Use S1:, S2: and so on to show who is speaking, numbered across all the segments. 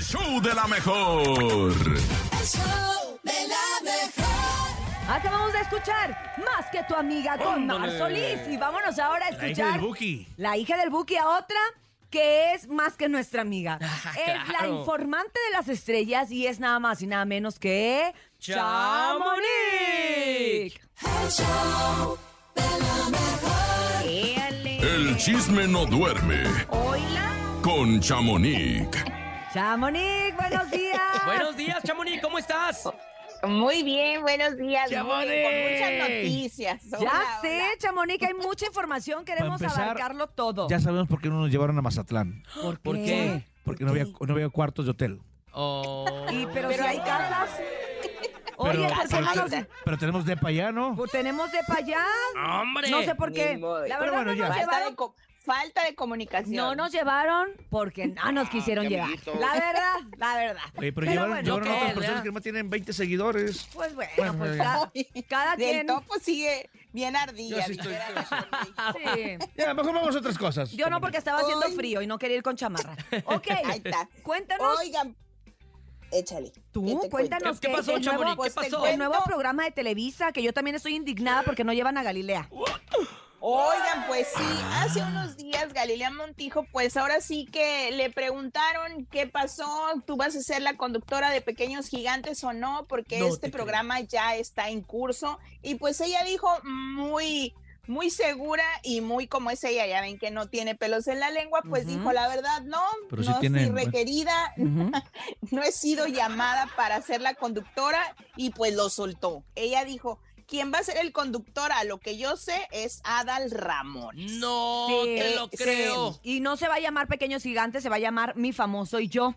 S1: show de la mejor.
S2: El show de la mejor.
S3: Acabamos de escuchar Más que tu amiga con Mar
S4: Ándale.
S3: Solís. Y vámonos ahora a
S4: La hija
S3: escuchar.
S4: del Buki.
S3: La hija del Buki a otra que es más que nuestra amiga. es la
S4: Ah, claro.
S3: informante de las estrellas y es nada más y nada menos que.
S4: Chamonix.
S2: El show de la mejor.
S1: El chisme no duerme
S3: Hola.
S1: con Chamonix.
S3: Chamonix, buenos días.
S4: Buenos días, Chamonix, ¿cómo estás?
S5: Muy bien, buenos días. Muy, con
S4: Chamonix.
S5: muchas noticias.
S3: ya
S5: Hola,
S3: sé,
S5: hola.
S3: Chamonix, hay mucha información. Queremos
S6: empezar,
S3: abarcarlo todo.
S6: Ya sabemos por qué no nos llevaron a Mazatlán.
S4: ¿Por qué?
S6: Porque no había, no había cuartos de hotel.
S4: Oh.
S3: Y, pero,
S5: Pero
S3: si hay
S5: ahora-
S3: casas. Oye,
S6: pero,
S3: ¿por qué
S5: Casa,
S3: Ah, no
S6: pero-
S3: nos-
S6: pero tenemos de para allá, ¿no?
S3: pues tenemos de para allá.
S4: ¡Hombre!
S3: No sé por
S5: Ni
S3: qué.
S5: modo.
S3: La
S6: Pero
S3: verdad
S6: bueno,
S3: no nos
S6: ya.
S5: Falta de,
S3: llevaron.
S5: co- falta de comunicación.
S3: No nos llevaron porque no nos quisieron llevar. La verdad, la verdad.
S6: Oye, pero,
S3: Pero
S6: llevaron,
S3: bueno,
S6: llevaron a
S4: ¿qué?
S6: otras
S4: Ya.
S6: personas que no tienen 20 seguidores.
S3: Pues bueno,
S6: Bueno,
S3: pues
S6: ya.
S3: cada, cada
S5: Del
S3: quien.
S5: topo sigue bien
S6: Yo
S5: ardilla.
S6: sí estoy-
S5: dijera la Shirley.
S3: Sí.
S6: Ya, mejor vamos a otras cosas.
S3: Yo no porque estaba haciendo
S5: Hoy-
S3: frío y no quería ir con chamarra. Ok,
S5: Ahí está.
S3: cuéntanos
S5: Oigan, échale. ¿qué te
S3: tú,
S5: cuento?
S3: cuéntanos
S4: ¿Qué
S3: que
S4: pasó,
S3: el nuevo,
S4: Chamonix? ¿Qué
S5: pues, te
S4: pasó?
S3: el
S5: cuento.
S3: nuevo programa de Televisa, que yo también estoy indignada porque no llevan a Galilea.
S5: Oigan, pues sí, hace unos días Galilea Montijo, pues ahora sí que le preguntaron qué pasó, tú vas a ser la conductora de Pequeños Gigantes o no, porque
S4: No te
S5: este
S4: creo.
S5: programa ya está en curso. Y pues ella dijo muy, muy segura y muy como es ella, ya ven que no tiene pelos en la lengua, pues
S3: Ujú.
S5: dijo la verdad, no,
S6: Pero sí
S5: no
S6: tiene-
S5: fui requerida, no he sido llamada para ser la conductora y pues lo soltó. Ella dijo, quien va a ser el conductor a lo que yo sé es Adal Ramón.
S6: Mm,
S4: No
S3: Sí,
S4: te lo
S5: sí.
S4: creo.
S3: Y no se va a llamar Pequeños Gigantes, se va a llamar Mi Famoso y Yo.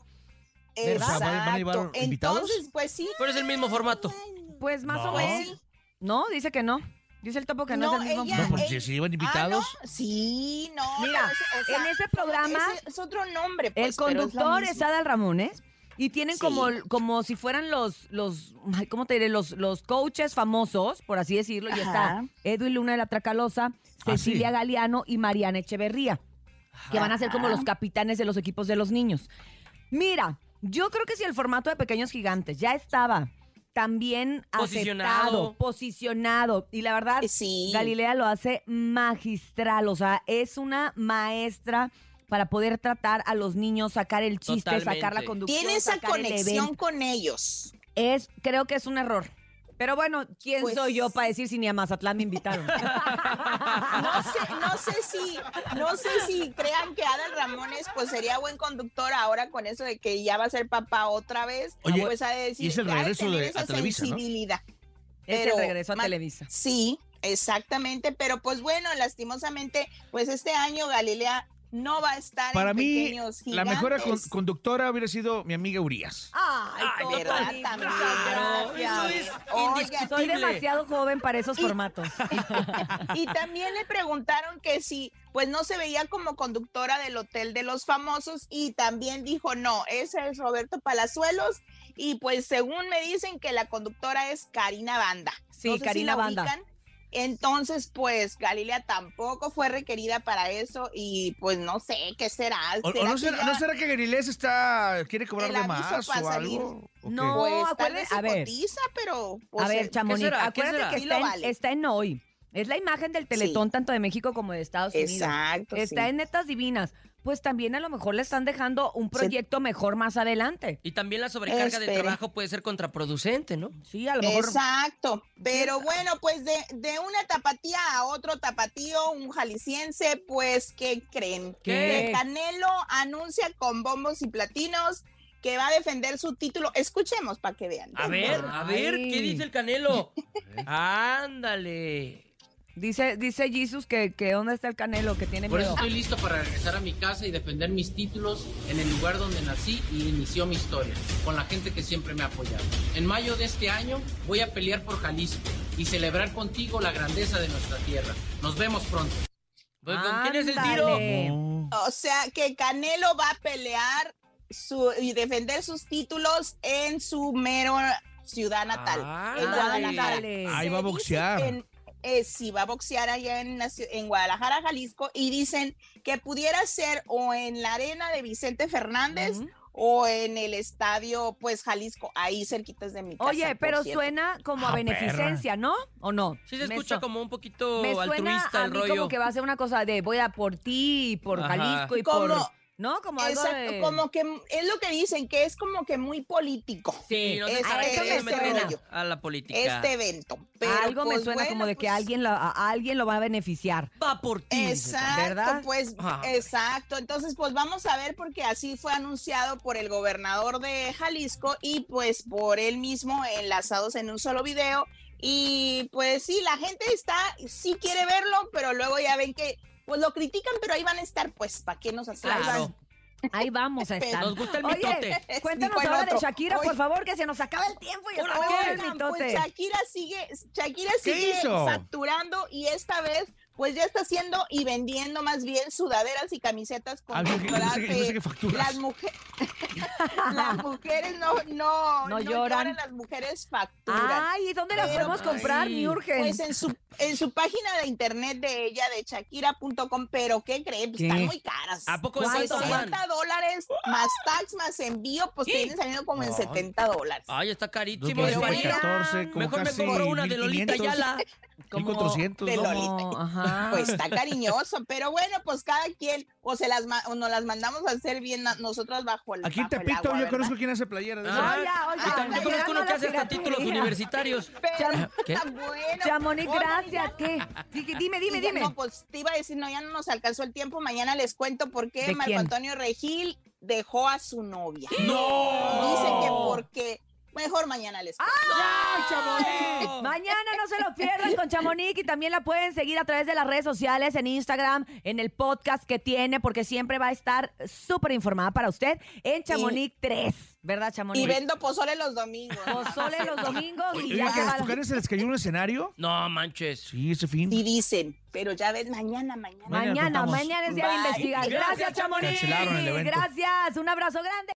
S6: Pero, o sea, ¿van a- van a llevar
S5: Exacto.
S6: invitados?
S5: Entonces, pues sí.
S4: Pero es el mismo formato.
S3: Pues más o
S6: No.
S5: Pues
S3: menos.
S5: sí.
S3: No, dice que no. Dice el topo que no, es
S5: No,
S3: el mismo
S5: ella-
S6: No,
S3: formato.
S6: pues,
S5: Ey,
S6: si si iban
S5: Ah,
S6: invitados.
S5: no. Sí, no.
S3: Mira,
S5: pero es- o
S3: en
S5: sea,
S3: ese programa,
S5: ese es otro nombre. pues,
S3: el
S5: pero es lo
S3: conductor es
S5: mismo.
S3: Adal Ramones. Y tienen
S5: Sí.
S3: como, como si fueran los, los, ay, ¿cómo te diré? Los, los coaches famosos, por así decirlo. Y está
S5: Ajá.
S3: Edwin Luna de la Tracalosa,
S6: sí.
S3: Cecilia Galeano y Mariana Echeverría, que van a ser como
S5: Ajá.
S3: los capitanes de los equipos de los niños. Mira, yo creo que si el formato de Pequeños Gigantes ya estaba también aceptado,
S4: Posicionado.
S3: posicionado, y la verdad,
S5: Sí.
S3: Galilea lo hace magistral, o sea, es una maestra para poder tratar a los niños, sacar el chiste,
S4: Totalmente.
S3: sacar la conducción,
S5: Tiene esa
S3: sacar el
S5: conexión
S3: evento.
S5: con ellos.
S3: Es, creo que es un error. Pero bueno, ¿quién
S5: Pues-
S3: soy yo para decir si ni a Mazatlán me invitaron?
S5: No sé, no sé si, no sé si crean que Adal Ramones pues sería buen conductor ahora con eso de que ya va a ser papá otra vez.
S6: Oye,
S5: pues ha de decir,
S6: y es el
S5: ha
S6: regreso
S5: tener
S6: de- a
S5: esa
S6: Televisa, ¿no?
S5: sensibilidad.
S3: es el
S5: Pero,
S3: regreso a
S5: ma-
S3: Televisa.
S5: Sí, exactamente, pero pues bueno, lastimosamente, pues este año Galilea no va a estar en
S6: Para mí,
S5: Pequeños
S6: la mejor con-
S5: Gigantes.
S6: conductora hubiera sido mi amiga Urias.
S3: Ah, Ay,
S4: Ay,
S3: todo
S5: ¿verdad?
S3: lindo,
S5: ah, También.
S3: muchas
S4: Eso
S3: gracias.
S4: es
S5: Oigan,
S3: Soy
S4: indiscutible.
S3: demasiado joven para esos
S5: Y-
S3: formatos.
S5: Y también le preguntaron que si, pues no se veía como conductora del Hotel de los Famosos y también dijo, no, ese es Roberto Palazuelos y pues según me dicen que la conductora es Karina Banda.
S3: Sí,
S5: No sé si
S3: Karina
S5: la
S3: Banda.
S5: ubican. Entonces, pues Galilea tampoco fue requerida para eso y pues no sé qué será.
S6: O, o
S5: ¿Será
S6: no,
S5: que
S6: será,
S5: ya-
S6: no será que Galilea se está, quiere cobrar
S5: El
S6: de
S5: aviso
S6: más
S5: para
S6: o algo? ¿O qué?
S3: No,
S5: Pues
S3: acuérdense-
S5: tal vez se
S3: a ver.
S5: cotiza, pero... pues,
S3: A ver,
S5: eh,
S3: Chamonix,
S4: será? ¿Qué será?
S3: acuérdate que
S5: Sí lo
S3: está en,
S5: vale.
S3: está en hoy. Es la imagen del Teletón tanto de México como de Estados Unidos.
S5: Exacto.
S3: Está
S5: sí.
S3: en Netas Divinas. Pues también a lo mejor le están dejando un proyecto mejor más adelante.
S4: Y también la sobrecarga de
S5: Espere.
S4: trabajo puede ser contraproducente, ¿no?
S3: Sí, a lo mejor.
S5: Exacto, pero bueno, pues de, de una tapatía a otro tapatío, un jalisciense, pues, ¿qué creen?
S4: ¿Qué?
S5: Que Canelo anuncia con bombos y platinos que va a defender su título. Escuchemos para que vean.
S4: A ver, a ver,
S3: Ay.
S4: ¿qué dice el Canelo? Ándale.
S3: Dice, dice Jesus que, que dónde está el canelo, que tiene
S7: Por eso
S3: miedo.
S7: estoy listo para regresar a mi casa y defender mis títulos en el lugar donde nací y inició mi historia, con la gente que siempre me ha apoyado. En mayo de este año voy a pelear por Jalisco y celebrar contigo la grandeza de nuestra tierra. Nos vemos pronto.
S4: Pues, ¿Con quién es el tiro?
S3: Ándale. Eh,
S6: No.
S5: O sea, que Canelo va a pelear su, y defender sus títulos en su mero ciudad natal,
S3: Ah,
S5: en
S4: Ándale.
S5: Guadalajara.
S3: Ándale.
S6: Ahí va a
S5: Se dice
S6: boxear.
S5: que en- eh, sí, va a boxear allá en, la ciu- en Guadalajara, Jalisco, y dicen que pudiera ser o en la arena de Vicente Fernández
S3: Ujú.
S5: o en el estadio, pues Jalisco, ahí cerquitas de mi casa.
S3: Oye,
S5: por
S3: pero
S5: cierto.
S3: suena como a
S6: Ah,
S3: beneficencia, ¿no? ¿O no?
S4: Sí se
S3: Me
S4: escucha
S3: su-
S4: como un poquito
S3: Me suena
S4: altruista
S3: a
S4: el
S3: mí
S4: rollo.
S3: como que va a ser una cosa de voy a por ti, por
S4: Ajá.
S3: Jalisco y por...
S5: Como-
S3: ¿No? Como algo
S5: Exacto,
S3: de-
S5: como que m- es lo que dicen, que es como que muy político
S4: Sí, no sé
S5: Este-
S4: para qué
S3: este
S4: se meten
S5: rollo.
S4: a, a la política.
S5: este evento. Pero,
S3: algo me
S5: pues,
S3: suena como
S5: bueno,
S3: de que
S5: pues,
S3: alguien lo, a alguien lo va a beneficiar.
S4: va por ti.
S5: Exacto,
S3: ¿verdad?
S5: pues,
S4: Ah.
S5: exacto. Entonces, pues vamos a ver porque así fue anunciado por el gobernador de Jalisco y pues por él mismo enlazados en un solo video. Y pues sí, la gente está, sí quiere verlo, pero luego ya ven que, pues lo critican, pero ahí van a estar, pues, ¿para qué nos hacemos?
S4: Claro.
S3: Ahí vamos a estar.
S4: Nos gusta el
S3: Oye,
S4: mitote.
S3: Cuéntanos
S5: Dijo el
S3: ahora de
S5: otro,
S3: Shakira,
S5: "Oye,
S3: por favor, que se nos acaba el tiempo y
S4: ¿Ahora
S3: estamos
S4: qué?
S3: en el
S5: Oigan, pues,
S3: mitote.
S5: Shakira sigue, Shakira sigue
S6: hizo?
S5: facturando y esta vez pues ya está haciendo y vendiendo más bien sudaderas y camisetas con
S6: Ah, yo sé que- yo sé que- yo
S5: chocolate.
S6: sé que facturas.
S5: Las, mujeres las mujeres no,
S3: No
S5: no, no
S3: lloran. Ah,
S5: lloran. las mujeres facturan.
S3: Ay, ¿y ¿dónde las
S5: Pero,
S3: podemos comprar?
S4: ay,
S3: Mi urgen.
S5: Pues
S4: eh,
S5: en su, en su página de internet de ella, de Shakira.com, pero ¿qué creen? Pues,
S3: ¿Qué?
S5: Están muy caras.
S4: ¿A poco
S3: ¿Cuánto,
S4: es tanto, Juan?
S5: 60 dólares más tax más envío, pues
S4: ¿Sí?
S5: te vienen saliendo como en
S4: Ay. Ah.
S5: 70 dólares.
S4: Ay, está
S6: Dos
S4: carísimo.
S6: mil
S4: de
S5: Pero
S4: María.
S5: bueno.
S6: 14, como
S4: Mejor me
S6: casi
S4: compro una de Lolita
S6: 1500,
S4: Yala.
S6: 1400,
S5: de
S6: ¿no?
S5: Lolita.
S3: Como- ajá.
S5: Pues está cariñoso, pero bueno, pues cada quien, o se las ma- o nos las mandamos a hacer bien a- nosotras bajo el
S6: Aquí en
S5: bajo el
S6: Tepito
S5: agua,
S6: yo
S5: ¿verdad?
S6: conozco quién hace playera. de
S4: Ah.
S6: esas.
S3: Oiga, oiga,
S4: Y también
S3: la
S4: yo conozco
S3: llegaron
S4: uno que
S3: a
S4: hace
S3: la
S4: hasta títulos
S3: piratería.
S4: universitarios.
S5: Pero
S4: ¿Qué?
S5: está bueno.
S3: Chamonix,
S5: Oigan,
S3: gracias.
S5: ya-
S3: ¿Qué? Sí, que- Dime, dime,
S5: oigan,
S3: dime.
S5: No, pues te iba a decir, no, ya no nos alcanzó el tiempo. Mañana les cuento por qué
S3: ¿De
S5: Marco
S3: quién?
S5: Antonio Regil dejó a su novia.
S4: ¡No!
S5: Dicen que porque. Mejor mañana les cuento.
S4: ¡Ay, Chamonix!
S3: Mañana no se lo pierdan con Chamonix y también la pueden seguir a través de las redes sociales, en Instagram, en el podcast que tiene, porque siempre va a estar súper informada para usted en Chamonix 3, ¿verdad, Chamonix?
S5: Y vendo pozole los domingos.
S3: Pozole los domingos y
S6: Oiga,
S3: ya
S6: que a
S3: va
S6: las
S3: la-
S6: mujeres se les cayó un escenario.
S4: No manches.
S6: Sí, ese fin.
S5: Y dicen, pero ya ves, mañana, mañana.
S3: Mañana,
S6: contamos.
S3: mañana es día de
S5: Bye.
S3: investigar.
S4: Gracias,
S3: Gracias, Chamonix.
S6: Cancelaron el evento.
S3: Gracias, un abrazo grande.